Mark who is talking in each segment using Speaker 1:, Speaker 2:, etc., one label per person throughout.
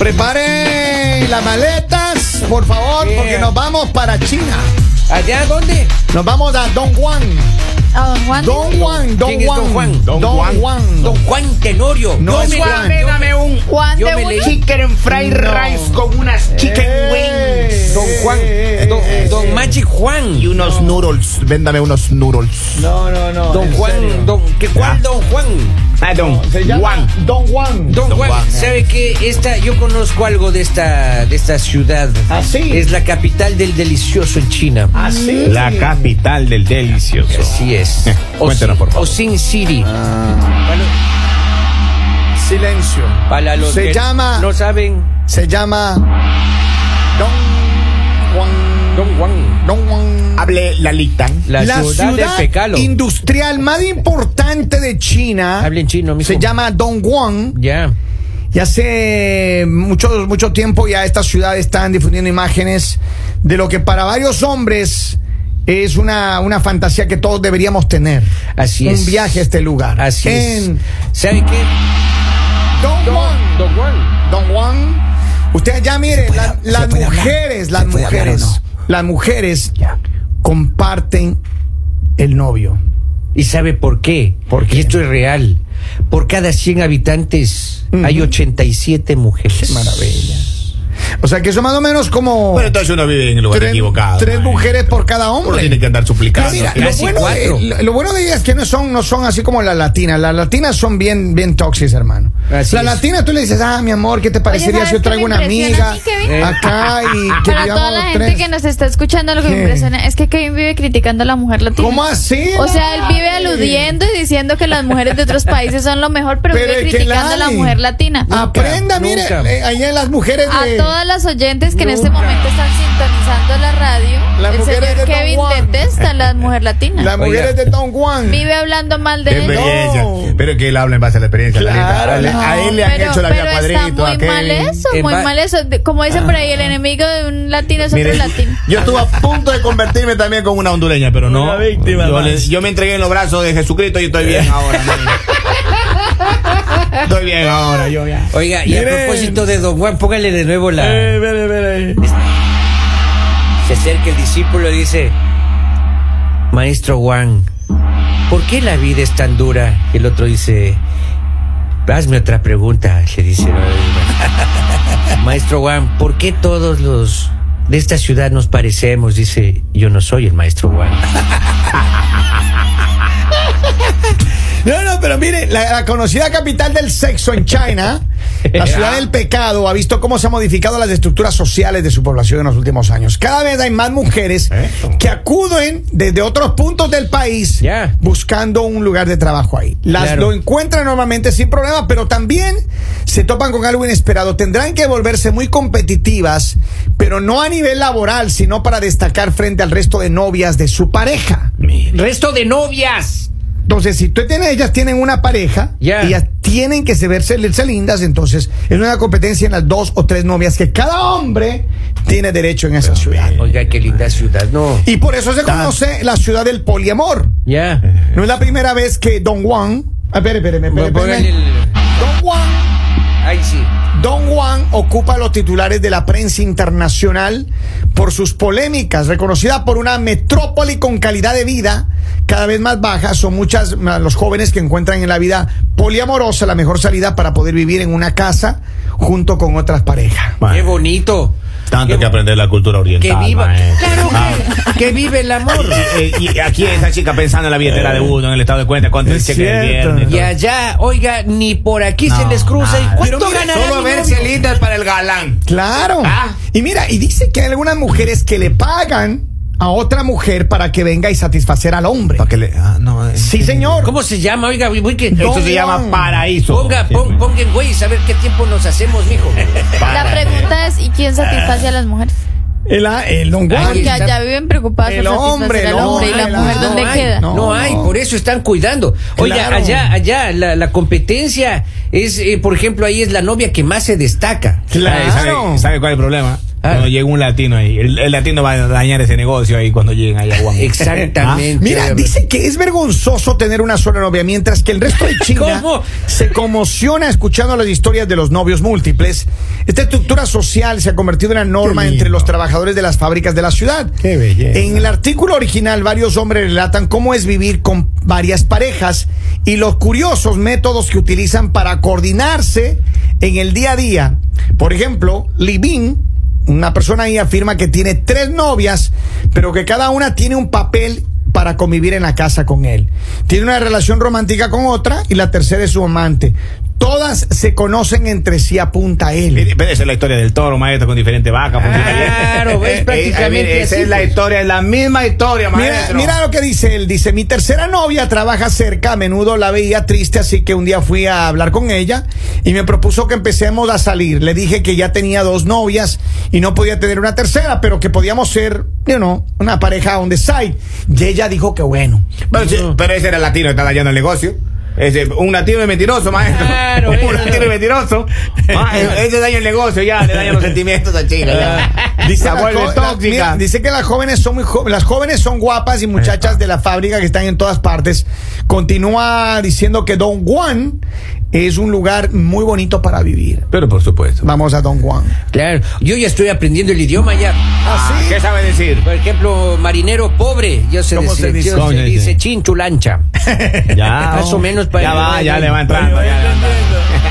Speaker 1: Preparen las maletas, por favor,
Speaker 2: Yeah.
Speaker 1: porque nos vamos para China.
Speaker 2: ¿Allá dónde?
Speaker 1: Nos vamos a Don Juan.
Speaker 3: A don Juan.
Speaker 1: Don Juan, Don
Speaker 2: ¿Quién es Don
Speaker 1: Juan.
Speaker 2: Juan?
Speaker 1: Don Juan.
Speaker 2: Don Juan Tenorio.
Speaker 1: No es
Speaker 2: me-
Speaker 1: Juan.
Speaker 2: yo-
Speaker 4: Dame un
Speaker 3: Juan
Speaker 2: Yo
Speaker 3: de
Speaker 2: me
Speaker 3: Uno.
Speaker 2: leí.
Speaker 4: chicken fried
Speaker 1: No.
Speaker 4: rice con unas chicken
Speaker 1: Eh,
Speaker 4: wings.
Speaker 2: Don Juan. Eh, Don, don Machi Juan.
Speaker 4: Y unos noodles. Véndame unos noodles.
Speaker 1: No, no, no.
Speaker 2: Don
Speaker 1: en serio.
Speaker 2: Juan. Don, ¿qué, ¿Cuál
Speaker 4: Ah.
Speaker 2: Don Juan?
Speaker 4: Ah, don
Speaker 1: Se llama
Speaker 4: Juan.
Speaker 1: Don Juan.
Speaker 2: Don,
Speaker 4: Don
Speaker 2: Juan,
Speaker 4: Juan. eh.
Speaker 2: ¿sabe qué? Esta, yo conozco algo de esta, de esta ciudad.
Speaker 1: ¿Ah, sí? Ah.
Speaker 2: Es la capital del delicioso en China.
Speaker 1: Así.
Speaker 4: La capital del delicioso.
Speaker 2: Así es.
Speaker 4: Eh, Cuéntanos, por favor.
Speaker 2: O Sin City.
Speaker 1: Ah. Silencio.
Speaker 2: Para los
Speaker 1: Se
Speaker 2: que
Speaker 1: llama-
Speaker 2: no saben,
Speaker 1: Se llama Don Juan.
Speaker 2: Don Juan.
Speaker 1: Don Juan.
Speaker 4: Hable Lalita.
Speaker 2: La, ciudad, del pecado.
Speaker 1: industrial más importante de China
Speaker 2: Hablen chino, mijo.
Speaker 1: se llama Dongguan.
Speaker 2: Ya.
Speaker 1: Y hace mucho, mucho tiempo ya esta ciudad están difundiendo imágenes de lo que para varios hombres es una, una fantasía que todos deberíamos tener.
Speaker 2: Así
Speaker 1: Un
Speaker 2: es.
Speaker 1: viaje a este lugar.
Speaker 2: Así
Speaker 1: en
Speaker 2: es. ¿Saben qué?
Speaker 1: Dongguan.
Speaker 2: Don Juan.
Speaker 1: Dongguan. Ustedes ya miren, la-
Speaker 2: puede-
Speaker 1: las
Speaker 2: se puede hablar?
Speaker 1: mujeres,
Speaker 2: ¿Se
Speaker 1: las
Speaker 2: puede hablar o
Speaker 1: mujeres,
Speaker 2: no?
Speaker 1: las mujeres
Speaker 2: Ya.
Speaker 1: comparten el novio.
Speaker 2: ¿Y sabe por qué?
Speaker 1: ¿Por qué?
Speaker 2: Porque esto es real. Por cada 100 habitantes
Speaker 1: Ujú.
Speaker 2: hay 87 mujeres.
Speaker 1: Qué maravilla. O sea que eso más o menos como
Speaker 5: Bueno, entonces uno vive en el lugar
Speaker 1: tres,
Speaker 5: equivocado.
Speaker 1: tres
Speaker 5: ¿no?
Speaker 1: mujeres por cada
Speaker 5: Uno
Speaker 1: hombre.
Speaker 5: tiene que andar
Speaker 1: Pero
Speaker 5: suplicando.
Speaker 1: mira,
Speaker 5: ¿sí?
Speaker 1: lo
Speaker 2: casi
Speaker 1: bueno, de,
Speaker 2: cuatro.
Speaker 1: lo- lo bueno de ellas es que no son, no son así como las latinas. Las latinas son bien, bien toxis, hermano.
Speaker 2: Así
Speaker 1: la
Speaker 2: es.
Speaker 1: latina tú le dices, ah, mi amor, ¿qué te parecería
Speaker 3: ¿sabes
Speaker 1: si yo
Speaker 3: qué
Speaker 1: traigo
Speaker 3: me
Speaker 1: una
Speaker 3: impresiona a
Speaker 1: amiga
Speaker 3: mí, Kevin?
Speaker 2: Eh.
Speaker 1: acá y que
Speaker 3: Para toda la
Speaker 1: vivamos
Speaker 3: gente
Speaker 1: tres?
Speaker 3: que nos está escuchando, lo que
Speaker 1: ¿Qué?
Speaker 3: me impresiona es que Kevin vive criticando a la mujer latina.
Speaker 1: ¿Cómo así?
Speaker 3: O sea, él vive aludiendo y diciendo que las mujeres de otros países son lo mejor, pero,
Speaker 1: Pero
Speaker 3: vive
Speaker 1: es que
Speaker 3: criticando a la
Speaker 1: Lali-
Speaker 3: mujer latina.
Speaker 1: Aprenda, mire,
Speaker 2: nunca.
Speaker 1: eh, ahí en las mujeres
Speaker 3: A
Speaker 1: de...
Speaker 3: todas las oyentes que en este
Speaker 1: Nunca.
Speaker 3: momento están sintonizando la radio,
Speaker 1: Las
Speaker 3: el
Speaker 1: mujeres
Speaker 3: señor
Speaker 1: de Don
Speaker 3: Kevin
Speaker 1: Juan.
Speaker 3: detesta a la mujer latina.
Speaker 1: Las
Speaker 2: Oiga.
Speaker 1: mujeres de Don Juan.
Speaker 3: Vive hablando mal de él.
Speaker 5: Experiencia.
Speaker 1: No.
Speaker 5: Pero que él habla en base a la experiencia.
Speaker 1: Claro,
Speaker 5: Lalita. A él-
Speaker 1: no,
Speaker 5: a él le han
Speaker 3: pero,
Speaker 5: hecho la vida
Speaker 3: pero
Speaker 5: cuadrito.
Speaker 3: está
Speaker 5: a
Speaker 3: muy
Speaker 5: Kevin.
Speaker 3: mal eso,
Speaker 2: Eh,
Speaker 3: muy
Speaker 2: va-
Speaker 3: mal eso. De- Como dicen por ahí, el enemigo de un latino es
Speaker 5: Ah. Mire,
Speaker 3: otro latino.
Speaker 5: yo estuve a punto de convertirme también con una hondureña, pero no.
Speaker 2: Una víctima
Speaker 5: yo,
Speaker 2: más.
Speaker 5: le- yo me entregué en los brazos de Jesucristo y estoy bien ahora. nene. estoy bien ahora, yo ya.
Speaker 2: Oiga, y a propósito de Don Juan, póngale de nuevo la. Se acerca el discípulo y dice: Maestro Juan, ¿por qué la vida es tan dura? Y el otro dice: Hazme otra pregunta, le dice. Maestro Juan, ¿por qué todos los de esta ciudad nos parecemos? Dice: Yo no soy el maestro Juan.
Speaker 1: No, no, pero mire, la, la conocida capital del sexo en China,
Speaker 2: Eh,
Speaker 1: la
Speaker 2: ah.
Speaker 1: ciudad del pecado, ha visto cómo se han modificado las estructuras sociales de su población en los últimos años. Cada vez hay más mujeres
Speaker 2: Eh,
Speaker 1: que acuden desde otros puntos del país
Speaker 2: Ya.
Speaker 1: buscando un lugar de trabajo ahí. Las
Speaker 2: Claro.
Speaker 1: lo encuentran normalmente sin problema, pero también se topan con algo inesperado. Tendrán que volverse muy competitivas, pero no a nivel laboral, sino para destacar frente al resto de novias de su pareja.
Speaker 2: ¡Resto de novias!
Speaker 1: Entonces, si tú tienes, ellas tienen una pareja,
Speaker 2: Ya.
Speaker 1: ellas tienen que se verse, verse lindas, entonces es una competencia en las dos o tres novias que cada hombre tiene derecho en esa ciudad.
Speaker 2: Oiga, qué linda ciudad, no.
Speaker 1: Y por eso se conoce la ciudad del poliamor.
Speaker 2: Ya.
Speaker 1: No es la primera vez que Don Juan, ah, espere, espere, espere, espere,
Speaker 2: Póngale
Speaker 1: espere.
Speaker 2: el-
Speaker 1: Don Juan
Speaker 2: Ahí sí.
Speaker 1: Don Juan ocupa los titulares de la prensa internacional por sus polémicas, reconocida por una metrópoli con calidad de vida cada vez más baja. Son muchas más los jóvenes que encuentran en la vida poliamorosa la mejor salida para poder vivir en una casa junto con otras parejas.
Speaker 5: Bueno,
Speaker 2: Qué bonito.
Speaker 5: tanto
Speaker 2: qué-
Speaker 5: que aprender la cultura
Speaker 2: Que
Speaker 5: oriental.
Speaker 2: viva.
Speaker 5: maestro.
Speaker 2: Claro
Speaker 5: Ah.
Speaker 2: que, que vive el amor.
Speaker 5: Eh, y aquí esa chica pensando en la billetera de uno, en el estado de cuenta, cuánto
Speaker 1: Es
Speaker 5: Eh. es cheque del
Speaker 1: cierto.
Speaker 5: viernes.
Speaker 2: Y allá, oiga, ni por aquí se
Speaker 5: No,
Speaker 2: les cruza.
Speaker 5: nada.
Speaker 2: ¿Y cuánto
Speaker 5: Pero mira,
Speaker 2: ganará
Speaker 5: solo
Speaker 2: mi
Speaker 5: ver
Speaker 2: novio?
Speaker 5: cielitos para el galán.
Speaker 1: Claro.
Speaker 5: Ah.
Speaker 1: Y mira, y dice que hay algunas mujeres que le pagan a otra mujer para que venga y satisfacer al hombre.
Speaker 5: Para que le. Ah, no, eh.
Speaker 1: Sí, señor.
Speaker 2: ¿Cómo se llama? Oiga, voy que...
Speaker 5: Esto
Speaker 1: Don
Speaker 5: se llama
Speaker 1: Juan.
Speaker 5: paraíso. pues.
Speaker 2: Ponga, pon- ponga en güey, a ver qué tiempo nos hacemos, mijo.
Speaker 3: La pregunta es: ¿y quién satisface a las mujeres?
Speaker 1: El, ah, el Don Juan.
Speaker 2: Ay,
Speaker 3: Porque allá viven preocupadas
Speaker 1: El
Speaker 3: por
Speaker 1: hombre,
Speaker 3: satisfacer
Speaker 1: el
Speaker 3: al hombre y la
Speaker 1: hombre,
Speaker 3: mujer,
Speaker 1: el
Speaker 3: ¿dónde
Speaker 2: hay,
Speaker 3: queda?
Speaker 2: Pues No,
Speaker 1: No,
Speaker 2: hay,
Speaker 1: no.
Speaker 2: por eso están cuidando. Oiga,
Speaker 1: Claro.
Speaker 2: allá, allá, la, la competencia es, eh, por ejemplo, ahí es la Ah. novia que más se destaca.
Speaker 5: Claro.
Speaker 1: Claro.
Speaker 5: ¿Sabe, sabe cuál es el problema? Cuando llega un latino ahí. El, el latino va a dañar ese negocio ahí cuando lleguen ahí a Guam. ¿Ah?
Speaker 2: Exactamente.
Speaker 1: Mira, dice que es vergonzoso tener una sola novia, mientras que el resto de China
Speaker 2: ¿Cómo?
Speaker 1: se conmociona escuchando las historias de los novios múltiples. Esta estructura social se ha convertido en una norma
Speaker 4: Qué lindo.
Speaker 1: entre los trabajadores de las fábricas de la ciudad.
Speaker 4: Qué belleza.
Speaker 1: En el artículo original, varios hombres relatan cómo es vivir con varias parejas y los curiosos métodos que utilizan para coordinarse en el día a día. Por ejemplo, Libin, una persona ahí afirma que tiene tres novias, pero que cada una tiene un papel para convivir en la casa con él. Tiene una relación romántica con otra y la tercera es su amante. Todas se conocen entre sí, apunta él.
Speaker 5: Pero esa es la historia del toro, maestro, con diferentes vacas.
Speaker 2: Ah.
Speaker 5: con diferentes-
Speaker 2: Claro, ves,
Speaker 5: Eh, eh,
Speaker 2: prácticamente
Speaker 5: mira, Esa
Speaker 2: así,
Speaker 5: es la
Speaker 2: pues.
Speaker 5: historia, es la misma historia,
Speaker 1: Mira,
Speaker 5: maestro.
Speaker 1: mira lo que dice él. Dice, mi tercera novia trabaja cerca, a menudo la veía triste, así que un día fui a hablar con ella y me propuso que empecemos a salir. Le dije que ya tenía dos novias y no podía tener una tercera, pero que podíamos ser, you know, una pareja on the side. Y ella dijo que bueno.
Speaker 5: Pero, sí, pero ese era el latino que está dañando el negocio. Ese, un latino es mentiroso, maestro.
Speaker 2: Claro,
Speaker 5: un
Speaker 2: eso.
Speaker 5: latino es mentiroso. Ah, ese daña el negocio, ya, le daña los sentimientos a chica. Ya.
Speaker 1: Dice,
Speaker 5: Se
Speaker 1: la
Speaker 5: vuelve
Speaker 1: jo- la-
Speaker 5: tóxica.
Speaker 1: mira, dice que las jóvenes son muy jo- las jóvenes son guapas y muchachas de la fábrica que están en todas partes. Continúa diciendo que Don Juan es un lugar muy bonito para vivir.
Speaker 5: Pero por supuesto.
Speaker 1: Vamos a Don Juan.
Speaker 2: Claro, yo ya estoy aprendiendo el idioma ya.
Speaker 1: Ah,
Speaker 5: Ah, ¿Qué sabe decir?
Speaker 2: Por ejemplo, marinero pobre, yo sé
Speaker 1: ¿Cómo
Speaker 2: decir,
Speaker 1: se dice?
Speaker 2: yo
Speaker 5: ¿Cómo
Speaker 2: sé-
Speaker 5: se dice?
Speaker 2: dice chinchulancha.
Speaker 5: Ya.
Speaker 2: Más o menos para-
Speaker 5: Ya va, ya le va entrando. ya le va entrando.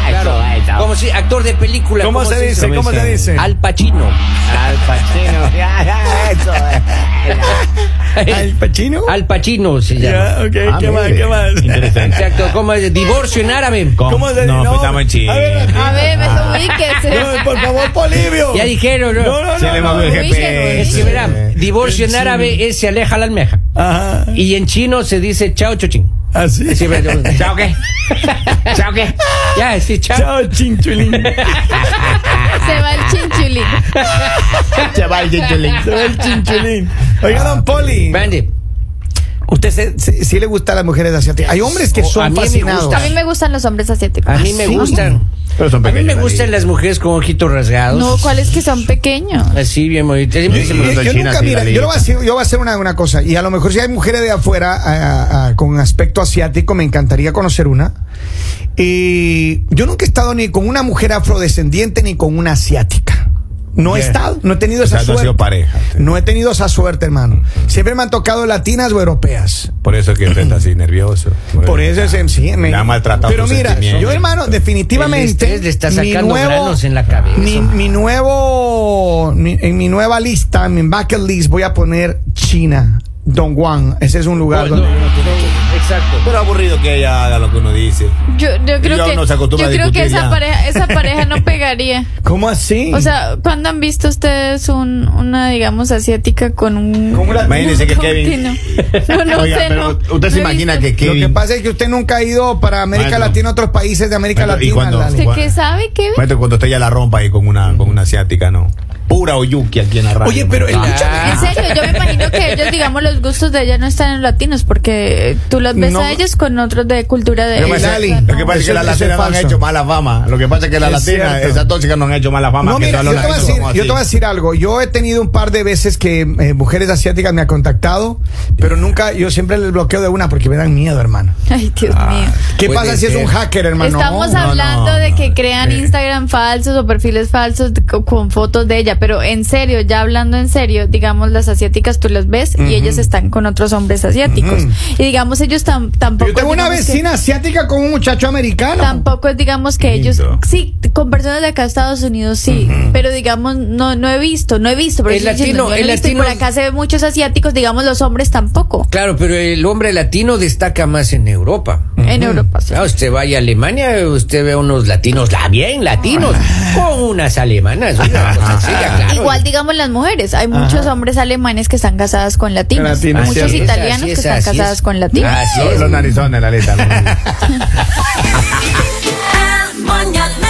Speaker 2: Claro,
Speaker 5: Eso, eso.
Speaker 2: como si actor de película.
Speaker 1: ¿Cómo se dice? ¿Cómo se dice?
Speaker 2: Al Pacino.
Speaker 5: Al Pacino. Ya, ya, eso, eh.
Speaker 1: ¿Al Pacino?
Speaker 2: Al Pacino se llama.
Speaker 1: ok,
Speaker 5: Ah, mire. Interesante.
Speaker 2: Exacto, como es divorcio en árabe.
Speaker 5: ¿Cómo
Speaker 1: se-
Speaker 5: No,
Speaker 1: no,
Speaker 5: pues estamos en
Speaker 1: a ver,
Speaker 5: Chile.
Speaker 3: A ver,
Speaker 1: No,
Speaker 3: ubíquese.
Speaker 1: por favor, Polivio.
Speaker 2: Ya dijeron, ¿no?
Speaker 5: Se le movió el
Speaker 3: no,
Speaker 5: GPS.
Speaker 2: Es que verá, divorcio en árabe es se aleja la almeja.
Speaker 1: Ajá. Ah,
Speaker 2: Y en chino se dice chao chochín.
Speaker 1: Así.
Speaker 2: Sí, pero-
Speaker 5: ¿Chao qué? ¿Chao qué?
Speaker 2: ya, sí, chao.
Speaker 1: Chao, chinchulín.
Speaker 3: Se va el chinchulín.
Speaker 4: Chaval, Chincholín.
Speaker 1: El chinchulín. Oiga, don Poli.
Speaker 2: Mande.
Speaker 1: Usted se- se- sí le gustan las mujeres asiáticas. Hay hombres
Speaker 5: Oh,
Speaker 1: que
Speaker 2: O-
Speaker 1: son
Speaker 2: a mí me
Speaker 1: fascinados.
Speaker 2: gusta.
Speaker 3: A mí me gustan los hombres asiáticos.
Speaker 2: A mí me
Speaker 1: ¿Ah, sí?
Speaker 2: gustan.
Speaker 5: Pero son
Speaker 2: A mí
Speaker 5: pequeños,
Speaker 2: me
Speaker 5: David.
Speaker 2: gustan las mujeres con ojitos rasgados.
Speaker 3: No, ¿cuáles que son pequeños?
Speaker 2: Así bien bonitas. Siempre se me-
Speaker 1: Yo, yo
Speaker 5: China,
Speaker 1: nunca,
Speaker 5: sí,
Speaker 1: mira,
Speaker 5: la
Speaker 1: yo, lo
Speaker 5: lista.
Speaker 1: voy a decir- yo voy a hacer una, una cosa, y a lo mejor si hay mujeres de afuera a- a- a- con aspecto asiático, me encantaría conocer una. Y yo nunca he estado ni con una mujer afrodescendiente ni con una asiática. No he
Speaker 5: Bien.
Speaker 1: estado, no he tenido
Speaker 5: O sea,
Speaker 1: esa
Speaker 5: no ha
Speaker 1: suerte.
Speaker 5: sido pareja.
Speaker 1: No he tenido esa suerte, hermano. Siempre me han tocado latinas o europeas.
Speaker 5: Por eso es que usted está así nervioso.
Speaker 1: Por eso es en sí, me-
Speaker 5: Le ha maltratado
Speaker 1: Pero
Speaker 5: tus
Speaker 1: mira,
Speaker 5: sentimientos.
Speaker 1: yo hermano,
Speaker 2: El
Speaker 1: definitivamente
Speaker 2: estrés le está
Speaker 1: mi
Speaker 2: sacando granos en la cabeza.
Speaker 1: Mi, mi nuevo mi- en mi nueva lista, en mi bucket list voy a poner China, Don Juan. Ese es un lugar
Speaker 2: No, no,
Speaker 1: donde
Speaker 2: no, no, Exacto.
Speaker 5: Pero aburrido que ella haga lo que uno dice.
Speaker 3: Yo, yo creo
Speaker 5: Ya
Speaker 3: que,
Speaker 5: uno se acostumbra
Speaker 3: yo
Speaker 5: a
Speaker 3: creo que
Speaker 5: discutir
Speaker 3: esa
Speaker 5: ya.
Speaker 3: pareja, esa pareja no pegaría.
Speaker 1: ¿Cómo así?
Speaker 3: O sea, ¿cuándo han visto ustedes un, una, digamos, asiática con un...
Speaker 1: Con una-
Speaker 5: Imagínese que
Speaker 3: con un
Speaker 5: Kevin-
Speaker 3: tino? No, no
Speaker 5: Oiga,
Speaker 3: sé,
Speaker 5: pero
Speaker 3: no.
Speaker 5: usted se
Speaker 3: No he
Speaker 5: imagina
Speaker 3: visto.
Speaker 5: que
Speaker 1: lo
Speaker 5: Kevin.
Speaker 1: que pasa es que usted nunca ha ido para América
Speaker 5: Maestro.
Speaker 1: Latina, otros países de América
Speaker 5: Maestro, ¿y
Speaker 1: Latina.
Speaker 5: cuándo?
Speaker 1: dale.
Speaker 3: ¿Usted qué sabe, Kevin?
Speaker 5: Maestro, cuando usted ya la rompa ahí con una, con una asiática, ¿no? Pura Oyuki aquí en la radio. Ah.
Speaker 1: Oye, pero
Speaker 5: maestro.
Speaker 1: escúchame.
Speaker 3: En serio, yo me imagino que ellos, digamos, los gustos de ella no están en latinos, porque eh, tú los ves
Speaker 1: No.
Speaker 3: a ellos con otros de cultura de...
Speaker 5: Lo que pasa-
Speaker 1: Dali,
Speaker 5: Lo que pasa es
Speaker 1: eso-
Speaker 5: que las
Speaker 1: eso es
Speaker 5: latinas no han
Speaker 1: falso.
Speaker 5: hecho mala fama. Lo que pasa es que las
Speaker 1: Es
Speaker 5: latinas,
Speaker 1: cierto.
Speaker 5: esas tóxicas no han hecho mala fama.
Speaker 1: No,
Speaker 5: que
Speaker 1: mira, yo
Speaker 5: todos los
Speaker 1: te, voy a
Speaker 5: latinos
Speaker 1: decir,
Speaker 5: somos
Speaker 1: yo
Speaker 5: así.
Speaker 1: te voy a decir algo. Yo he tenido un par de veces que eh, mujeres asiáticas me han contactado, pero nunca, yo siempre les bloqueo de una porque me dan miedo, hermano.
Speaker 3: Ay, Dios mío.
Speaker 1: ¿Qué
Speaker 5: Puede
Speaker 1: pasa si es
Speaker 5: ser.
Speaker 1: un hacker, Ah, hermano?
Speaker 3: Estamos
Speaker 1: No,
Speaker 3: hablando de que
Speaker 5: no,
Speaker 3: crean
Speaker 5: eh.
Speaker 3: Instagram falsos o perfiles falsos de- co- con fotos de ella, pero en serio, ya hablando en serio, digamos las asiáticas tú las ves y ellas están con otros hombres asiáticos. Y digamos ellos tam- tampoco...
Speaker 1: Yo tengo una
Speaker 3: digamos que-
Speaker 1: vecina asiática con un muchacho americano.
Speaker 3: Tampoco es, digamos, que
Speaker 5: Lindo.
Speaker 3: ellos. Sí, con personas de acá de Estados Unidos sí, pero digamos, no no he visto, no he visto. Pero
Speaker 2: El
Speaker 3: estoy diciendo,
Speaker 2: latino-
Speaker 3: yo no
Speaker 2: el
Speaker 3: he visto, y
Speaker 2: latino-
Speaker 3: Por acá se ve muchos asiáticos, digamos, los hombres tampoco.
Speaker 2: Claro, pero el hombre latino destaca más en Europa.
Speaker 3: En Europa sí.
Speaker 2: Ah, usted vaya a Alemania, usted ve unos latinos, la bien latinos, con unas alemanas. una cosa así, ya, claro.
Speaker 3: Ah. Igual, digamos, las mujeres. Hay muchos hombres alemanes que están casadas con latinos.
Speaker 1: Latinos,
Speaker 3: muchos
Speaker 1: cierto.
Speaker 3: italianos
Speaker 2: Así es,
Speaker 3: que están
Speaker 2: así es.
Speaker 3: casadas con latinos.
Speaker 2: Así
Speaker 5: Los-
Speaker 2: es.
Speaker 5: Los narizones, la letra.
Speaker 6: El mañanero